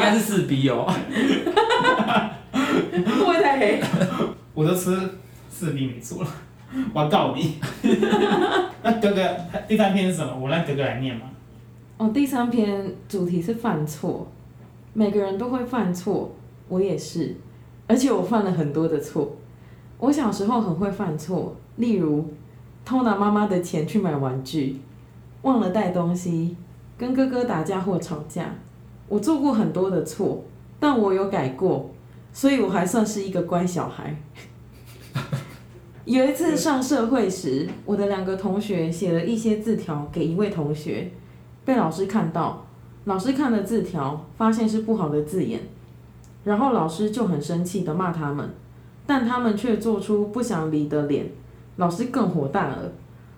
Speaker 2: 该是四 B 哦。
Speaker 3: 会不会太黑？
Speaker 1: 我都吃四粒没错了。 (laughs) 我要告你。 (laughs) 那哥哥，他第三篇是什么？我让哥哥来念嘛。
Speaker 3: 哦，第三篇主题是犯错，每个人都会犯错，我也是，而且我犯了很多的错。我小时候很会犯错，例如偷拿妈妈的钱去买玩具，忘了带东西，跟哥哥打架或吵架。我做过很多的错，但我有改过，所以我还算是一个乖小孩。有一次上社会时，我的两个同学写了一些字条给一位同学，被老师看到，老师看了字条，发现是不好的字眼，然后老师就很生气的骂他们，但他们却做出不想理的脸，老师更火大了。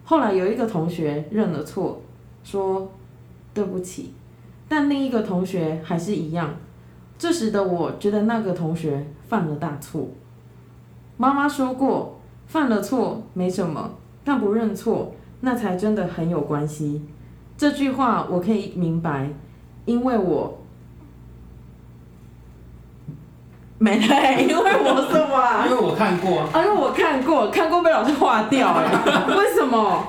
Speaker 3: 后来有一个同学认了错，说对不起，但另一个同学还是一样。这时的我觉得那个同学犯了大错。妈妈说过，犯了错没什么，但不认错，那才真的很有关系。这句话我可以明白，因为我没 (laughs) 嘞，因为我什么啊
Speaker 1: 因？为我看过，
Speaker 3: 啊，因为我看过，看过被老师划掉、
Speaker 1: (laughs)
Speaker 3: 哎，为什么？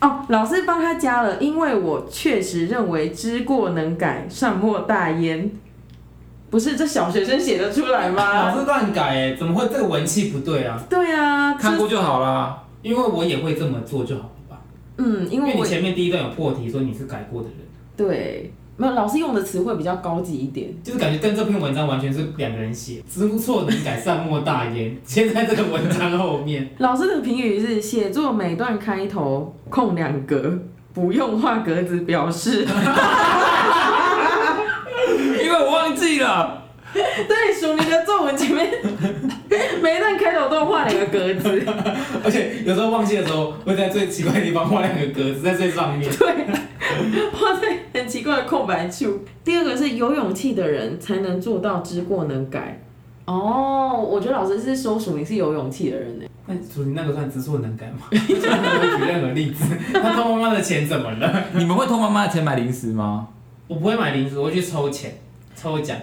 Speaker 3: 哦，老师帮他加了，因为我确实认为知过能改，善莫大焉。不是这小学生写得出来
Speaker 1: 老
Speaker 3: 吗？
Speaker 1: 师乱改哎，怎么会这个文气不对啊？
Speaker 3: 对啊，
Speaker 2: 看
Speaker 3: 这
Speaker 2: 过就好啦。
Speaker 1: 因为我也会这么做就好了吧？
Speaker 3: 嗯，因
Speaker 1: 因
Speaker 3: 为
Speaker 1: 为你
Speaker 3: 我
Speaker 1: 前面第一段有破题说你是改过的人，
Speaker 3: 对没有老师用的词汇比较高级一点，
Speaker 1: 就是感觉跟这篇文章完全是两个人写，知错能改善莫大焉。现在这个文章后面， (laughs)
Speaker 3: 老师的评语是：写作每段开头空两格，不用画格子
Speaker 1: (laughs)
Speaker 3: 表示。
Speaker 2: 因为我忘记了，
Speaker 3: 对，署名的作文前面每一段开头都画两个格子。
Speaker 1: 而且有时候忘记的时候会在最奇怪的地方画两个格子在最上面。
Speaker 3: (laughs) 对，画在很奇怪的空白处。第二个是有勇气的人才能做到知过能改。哦，我觉得老师是说署名是有勇气的人呢。
Speaker 1: 那属于那个算知错能改吗？ (laughs) 就是没有举任何例子， (laughs) 他偷妈妈的钱怎么了？
Speaker 2: (laughs) 你们会偷妈妈的钱买零食吗？
Speaker 1: 我不会买零食，我会去抽钱，抽奖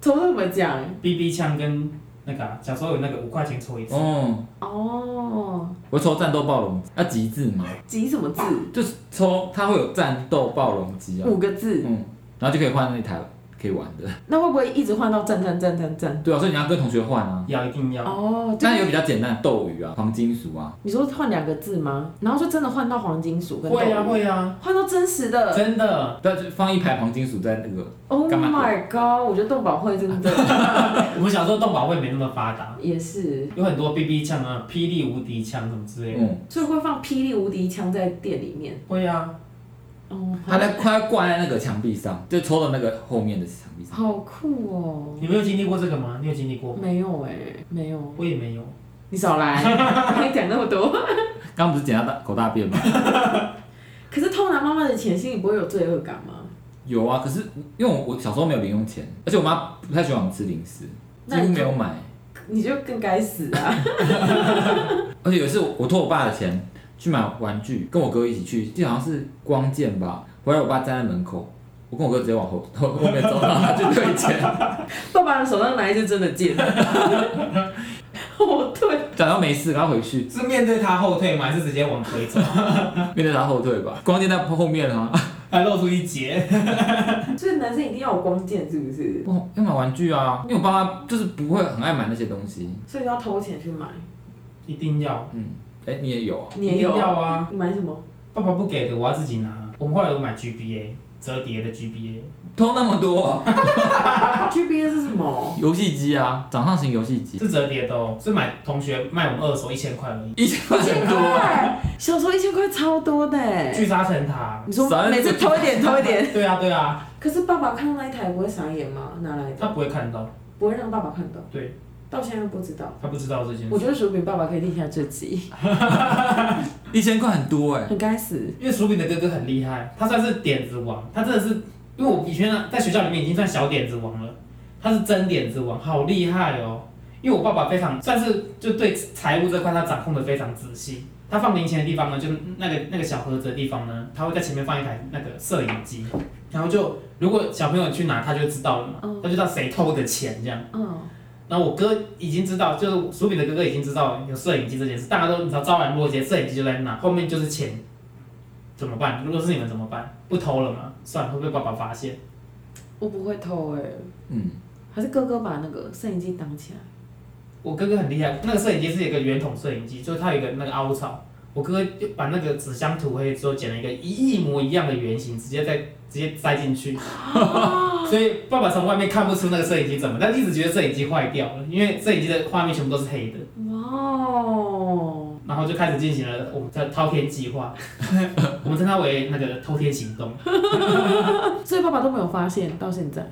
Speaker 3: 抽怎么讲？
Speaker 1: ，BB 枪跟那个、啊、小时候有那个五块钱抽一次，
Speaker 2: 嗯，
Speaker 3: 哦，
Speaker 2: 我抽战斗暴龙，要集字嘛，
Speaker 3: 集什么字？
Speaker 2: 就是抽它会有战斗暴龙机啊，
Speaker 3: 五个字。
Speaker 2: 嗯，然后就可以换那台可以玩的。
Speaker 3: 那会不会一直换到赞赞赞赞赞？
Speaker 2: 对啊，所以你要跟同学换啊。
Speaker 1: 要一定要。
Speaker 3: 哦，就
Speaker 2: 但
Speaker 3: 是
Speaker 2: 有比较简单的斗鱼啊、黄金鼠啊，
Speaker 3: 你说换两个字吗？然后就真的换到黄金鼠跟
Speaker 1: 会啊
Speaker 3: 豆
Speaker 1: 会啊，
Speaker 3: 换到真实的。
Speaker 1: 真的，
Speaker 2: 但啊就放一排黄金鼠在那个
Speaker 3: Oh
Speaker 2: 干嘛
Speaker 3: my god！我觉得动保会真 (laughs) 的
Speaker 1: 我们小时候动保会没那么发达，
Speaker 3: 也是，
Speaker 1: 有很多 BB 枪啊、霹雳无敌枪什么之类的。
Speaker 2: 嗯，
Speaker 3: 所以会放霹雳无敌枪在店里面。
Speaker 1: 会啊，
Speaker 3: 哦，
Speaker 2: 它在快要挂在那个墙壁上，就抽到那个后面的墙壁上。
Speaker 3: 好酷哦！
Speaker 1: 你没有经历过这个吗？你有经历过吗？
Speaker 3: 没有哎、没有，
Speaker 1: 我也没有。
Speaker 3: 你少来，你讲那么多。
Speaker 2: 刚不是捡到大狗大便吗？ (laughs)
Speaker 3: 可是偷拿妈妈的钱，心里不会有罪恶感吗？
Speaker 2: 有啊，可是因为我我小时候没有零用钱，而且我妈不太喜欢我吃零食，几
Speaker 3: 那
Speaker 2: 乎
Speaker 3: 你
Speaker 2: 没
Speaker 3: 就
Speaker 2: 有买。
Speaker 3: 你就更该死啊！
Speaker 2: 而且有一次我我偷我爸的钱去买玩具，跟我哥一起去，就好像是光剑吧。回来我爸站在门口，我跟我哥直接往后后后面走，然后他就退钱，
Speaker 3: 爸爸的手上拿一支真的剑， (laughs) 哦对，
Speaker 2: 假装没事，然后回去
Speaker 1: 是面对他后退吗？还是直接往回走？
Speaker 2: 面对他后退吧。光剑在后面啊，
Speaker 1: (laughs) 还露出一截？
Speaker 3: 所以男生一定要有光剑是不是？
Speaker 2: 我要买玩具啊，因为我爸妈就是不会很爱买那些东西。
Speaker 3: 所以要偷钱去买，
Speaker 1: 一定要，
Speaker 2: 嗯，哎、你也有啊？
Speaker 3: 你
Speaker 1: 一
Speaker 3: 也
Speaker 1: 定
Speaker 3: 有
Speaker 1: 要啊！
Speaker 3: 你买什么？
Speaker 1: 爸爸不给的，我要自己拿。我们后来有买 GBA 折叠的 GBA，
Speaker 2: 偷那么多啊、
Speaker 3: G B A 是什么？
Speaker 2: 游戏机啊，掌上型游戏机，
Speaker 1: 是折叠的哦，是买同学卖我们二手一千块而已。
Speaker 2: 一千块很多啊。
Speaker 3: 块，小时候一千块超多的哎、
Speaker 1: 聚沙成塔。啊
Speaker 3: 你说
Speaker 2: 少一点
Speaker 3: 每次偷一点，偷一点。
Speaker 1: 对啊对啊，
Speaker 3: 可是爸爸看到那一台不会傻眼吗？哪来的？
Speaker 1: 他不会看到。
Speaker 3: 不会让爸爸看到。
Speaker 1: 对，嗯
Speaker 3: 到现在都不知道。
Speaker 1: 他不知道这件
Speaker 3: 我
Speaker 1: 事，
Speaker 3: 觉得薯饼爸爸可以听一下这集，
Speaker 2: 一千块很多哎、
Speaker 1: 嗯
Speaker 3: 很该死。
Speaker 1: 因为薯饼的哥哥很厉害，他算是点子王，他真的是，因为我以前在学校里面已经算小点子王了，他是真点子王，好厉害哦。因为我爸爸非常算是就对财务这块他掌控的非常仔细，他放零钱的地方呢，就那个那个小盒子的地方呢，他会在前面放一台那个摄影机，然后就如果小朋友去拿，他就知道了嘛，
Speaker 3: 嗯
Speaker 1: 他就知道谁偷的钱这样。
Speaker 3: 嗯，
Speaker 1: 然后我哥已经知道，就是薯饼的哥哥已经知道有摄影机这件事，大家都你知道昭然若揭，摄影机就在那，后面就是钱，怎么办？如果是你们怎么办？不偷了吗？算了，会被爸爸发现。
Speaker 3: 我不会偷哎、
Speaker 2: 嗯，
Speaker 3: 还是哥哥把那个摄影机挡起来。
Speaker 1: 我哥哥很厉害，那个摄影机是一个圆筒摄影机，就是它有一个那个凹槽，我哥哥就把那个纸箱涂黑之后剪了一个一一模一样的圆形，直接在直接塞进去。 (laughs) 所以爸爸从外面看不出那个摄影机怎么，但一直觉得摄影机坏掉了，因为摄影机的画面全部都是黑的。
Speaker 3: 哇哦，
Speaker 1: 然后就开始进行了我们的滔天计划， (laughs) 我们称它为那个偷天行动。
Speaker 3: 所以爸爸都没有发现到现在。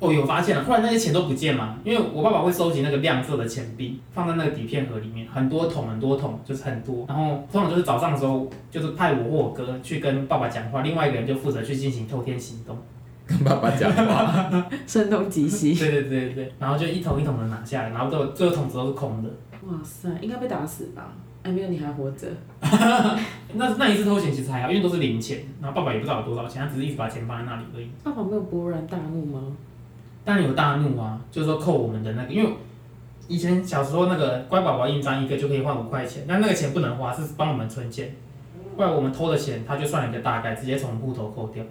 Speaker 1: 哦，有发现了，不然那些钱都不见嘛。因为我爸爸会收集那个亮色的钱币，放在那个底片盒里面，很多桶很多桶，就是很多。然后通常就是早上的时候，就是派我或我哥去跟爸爸讲话，另外一个人就负责去进行偷天行动。
Speaker 2: 跟爸爸讲话，
Speaker 3: 声东击西。
Speaker 1: 对对对对对，然后就一桶一桶的拿下来，然后最后最后桶子都是空的。
Speaker 3: 哇塞，应该被打死吧？哎，没有，你还活着。
Speaker 1: 那那一次偷钱其实还好，因为都是零钱，然后爸爸也不知道有多少钱，他只是一直把钱放在那里而已。
Speaker 3: 爸爸没有勃然大怒吗？
Speaker 1: 当然有大怒啊，就是说扣我们的那个，因为以前小时候那个乖宝宝印章一个就可以换五块钱，但那个钱不能花，是帮我们存钱。后来我们偷的钱，他就算了一个大概，直接从户头扣掉。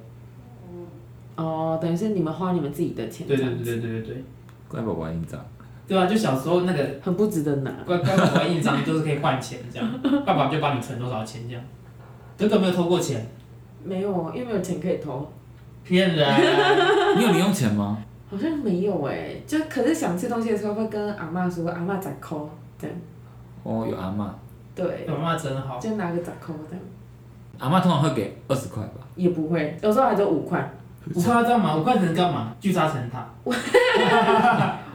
Speaker 3: 哦，等于是你们花你们自己的
Speaker 1: (laughs)
Speaker 3: 钱，
Speaker 1: 对对
Speaker 3: 这
Speaker 1: 对
Speaker 3: 样子
Speaker 1: 对对对对，
Speaker 2: 乖宝宝印章，
Speaker 1: 对啊，就小时候那个
Speaker 3: 很不值得拿。
Speaker 1: 乖乖宝宝印章就是可以换钱这 (laughs) 样，爸爸就帮你存多少钱这样。哥哥没有偷过钱，
Speaker 3: 没有，因为没有钱可以偷，
Speaker 1: 骗人。
Speaker 2: 你有零用钱吗？
Speaker 3: 好像没有哎、就可是想吃东西的时候会跟阿嬷说，阿嬷咋抠这样，
Speaker 2: 哦，有阿嬷，
Speaker 3: 对，
Speaker 1: 我妈妈真 (laughs) 好，
Speaker 3: 就拿个咋抠这样，
Speaker 2: 阿嬷通常会给二十块吧。
Speaker 3: 也不会，有时候还就五块，
Speaker 1: 五块要干嘛？五块能干嘛？聚沙成塔。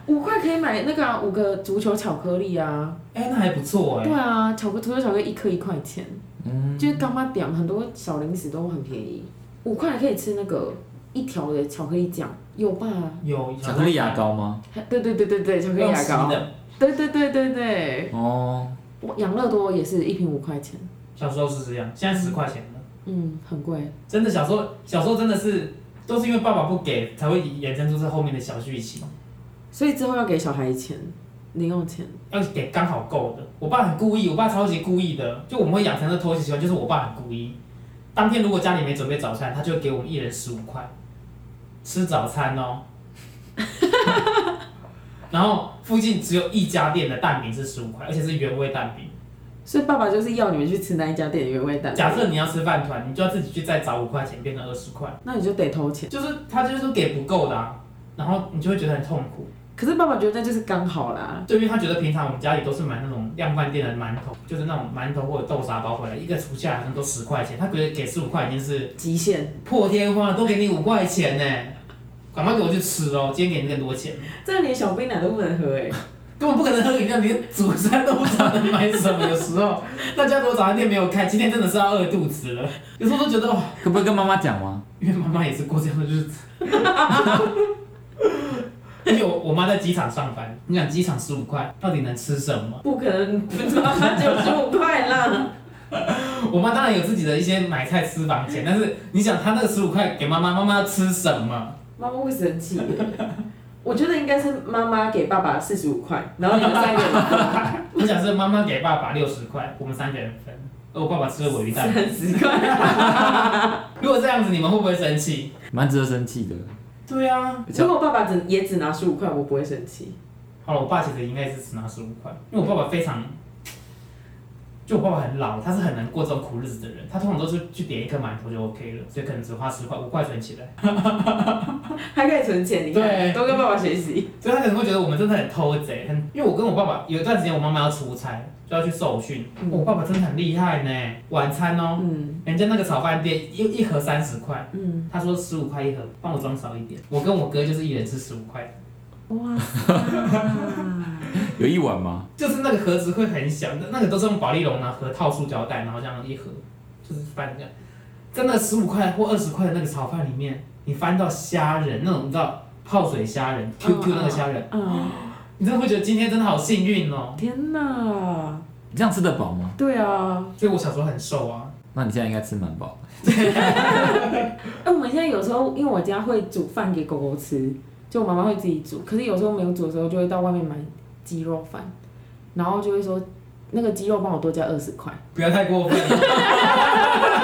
Speaker 3: 五块可以买那个啊、五个足球巧克力啊，
Speaker 1: 哎、那还不错哎、
Speaker 3: 对啊，巧克足球巧克力一颗一块钱，
Speaker 2: 嗯，
Speaker 3: 就是干妈点很多小零食都很便宜，五块可以吃那个一条的巧克力酱，有吧？
Speaker 1: 有
Speaker 2: 巧克力牙，膏吗？
Speaker 3: 对对对对对，巧克力
Speaker 1: 用
Speaker 3: 牙
Speaker 1: 吸
Speaker 3: 膏，
Speaker 1: 的。
Speaker 3: 对对对对对，
Speaker 2: 哦，
Speaker 3: 我养乐多也是一瓶五块钱，
Speaker 1: 小时候是这样，现在十块钱了。
Speaker 3: 嗯，很贵。
Speaker 1: 真的小时候，小时候真的是都是因为爸爸不给，才会衍生出这后面的小剧情，
Speaker 3: 所以之后要给小孩钱，零用钱。
Speaker 1: 要给刚好够的。我爸很故意，我爸超级故意的，就我们会养成这偷窃习惯，就是我爸很故意。当天如果家里没准备早餐，他就会给我们一人十五块，吃早餐哦。然后附近只有一家店的蛋饼是十五块，而且是原味蛋饼。
Speaker 3: 所以爸爸就是要你们去吃那一家店的原味蛋。
Speaker 1: 假设你要吃饭团，你就要自己去再找五块钱，变成二十块。
Speaker 3: 那你就得投钱。
Speaker 1: 就是他就是说给不够的、啊，然后你就会觉得很痛苦。
Speaker 3: 可是爸爸觉得那就是刚好啦。
Speaker 1: 就因为他觉得平常我们家里都是买那种量贩店的馒头，就是那种馒头或者豆沙包回来，一个除下来好像都十块钱，他觉得给十五块已经是
Speaker 3: 极限，
Speaker 1: 破天荒了，都给你五块钱呢，赶快给我去吃哦，今天给你更多钱，
Speaker 3: 这连小冰奶都不能喝哎、
Speaker 1: 根本不可能喝饮料，连主餐都不知道能买什么。有时候大家如果早餐店没有开，今天真的是要饿肚子了。有时候都觉得哦，
Speaker 2: 可不可以跟妈妈讲吗？
Speaker 1: 因为妈妈也是过这样的日子。 (laughs) 而且我我妈在机场上班，你想机场十五块到底能吃什么？
Speaker 3: 不可能，妈妈只有十五块啦。
Speaker 1: (laughs) 我妈当然有自己的一些买菜私房钱，但是你想她那个十五块给妈妈，妈妈要吃什么？
Speaker 3: 妈妈会生气耶。我觉得应该是妈妈给爸爸四十五块，然后你们三个人
Speaker 1: 我想是妈妈给爸爸六十块，我们三个人分，而我爸爸吃了尾鱼蛋。
Speaker 3: 三十块。
Speaker 1: 如果这样子，你们会不会生气？
Speaker 2: 蛮值得生气的。
Speaker 1: 对啊，
Speaker 3: 如果爸爸只也只拿十五块，我不会生气。
Speaker 1: 好了，我爸其实应该是只拿十五块，因为我爸爸非常，就我爸爸很老，他是很能过这种苦日子的人，他通常都是去点一颗馒头就 OK 了，所以可能只花十块五块存起来，
Speaker 3: 还可以存钱，你看，
Speaker 1: 对
Speaker 3: 多跟爸爸学习。
Speaker 1: 所以他可能会觉得我们真的很偷贼，很，因为我跟我爸爸有一段时间我妈妈要出差，就要去受训，哦
Speaker 3: 嗯
Speaker 1: 我爸爸真的很厉害呢，晚餐哦。
Speaker 3: 嗯
Speaker 1: 人家那个炒饭店一一盒三十块，
Speaker 3: 嗯，
Speaker 1: 他说十五块一盒，帮我装少一点。我跟我哥就是一人吃十五块，
Speaker 3: 哇塞！
Speaker 2: 有一碗吗？
Speaker 1: 就是那个盒子会很小，那那个都是用保丽龙拿盒套塑胶袋，然后这样一盒就是翻这样，在那十五块或二十块的那个炒饭里面，你翻到虾仁那种，你知道泡水虾仁，QQ 那个虾仁，
Speaker 3: 嗯，
Speaker 1: 你真的会觉得今天真的好幸运哦。
Speaker 3: 天哪，
Speaker 2: 你这样吃得饱吗？
Speaker 3: 对啊，
Speaker 1: 所以我小时候很瘦啊，
Speaker 2: 那你现在应该吃蛮饱的。
Speaker 3: 哎、我们现在有时候因为我家会煮饭给狗狗吃，就我妈妈会自己煮，可是有时候没有煮的时候，就会到外面买鸡肉饭，然后就会说那个鸡肉帮我多加二十块。
Speaker 1: 不要太过分 (laughs) 了。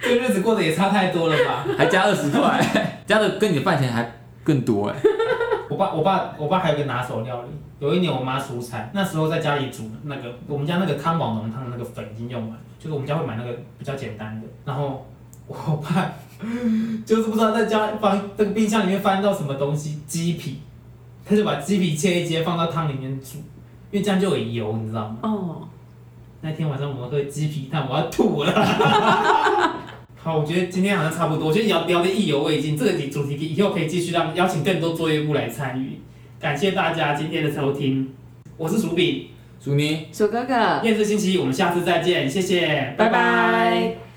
Speaker 1: 这个日子过得也差太多了吧？
Speaker 2: 还加二十块， (laughs) 加的跟你的饭钱还更多哎。
Speaker 1: 我爸，我爸，我爸还有个拿手料理。有一年我妈出差，那时候在家里煮那个我们家那个康宝浓汤的那个粉已经用完了，就是我们家会买那个比较简单的。然后我爸 (laughs) 就是不知道在家放那个冰箱里面翻到什么东西，鸡皮，他就把鸡皮切一切放到汤里面煮，因为这样就有油，你知道吗？
Speaker 3: 哦，
Speaker 1: 那天晚上我们喝鸡皮蛋，我要吐了。
Speaker 3: (laughs)
Speaker 1: 好，我觉得今天好像差不多，我觉得聊聊的意犹未尽，这个主题以后可以继续让邀请更多作业部来参与。感谢大家今天的收听，我是薯饼，
Speaker 2: 鼠妮，
Speaker 3: 鼠哥哥，
Speaker 1: 厌世星期一，我们下次再见，谢谢，
Speaker 3: 拜拜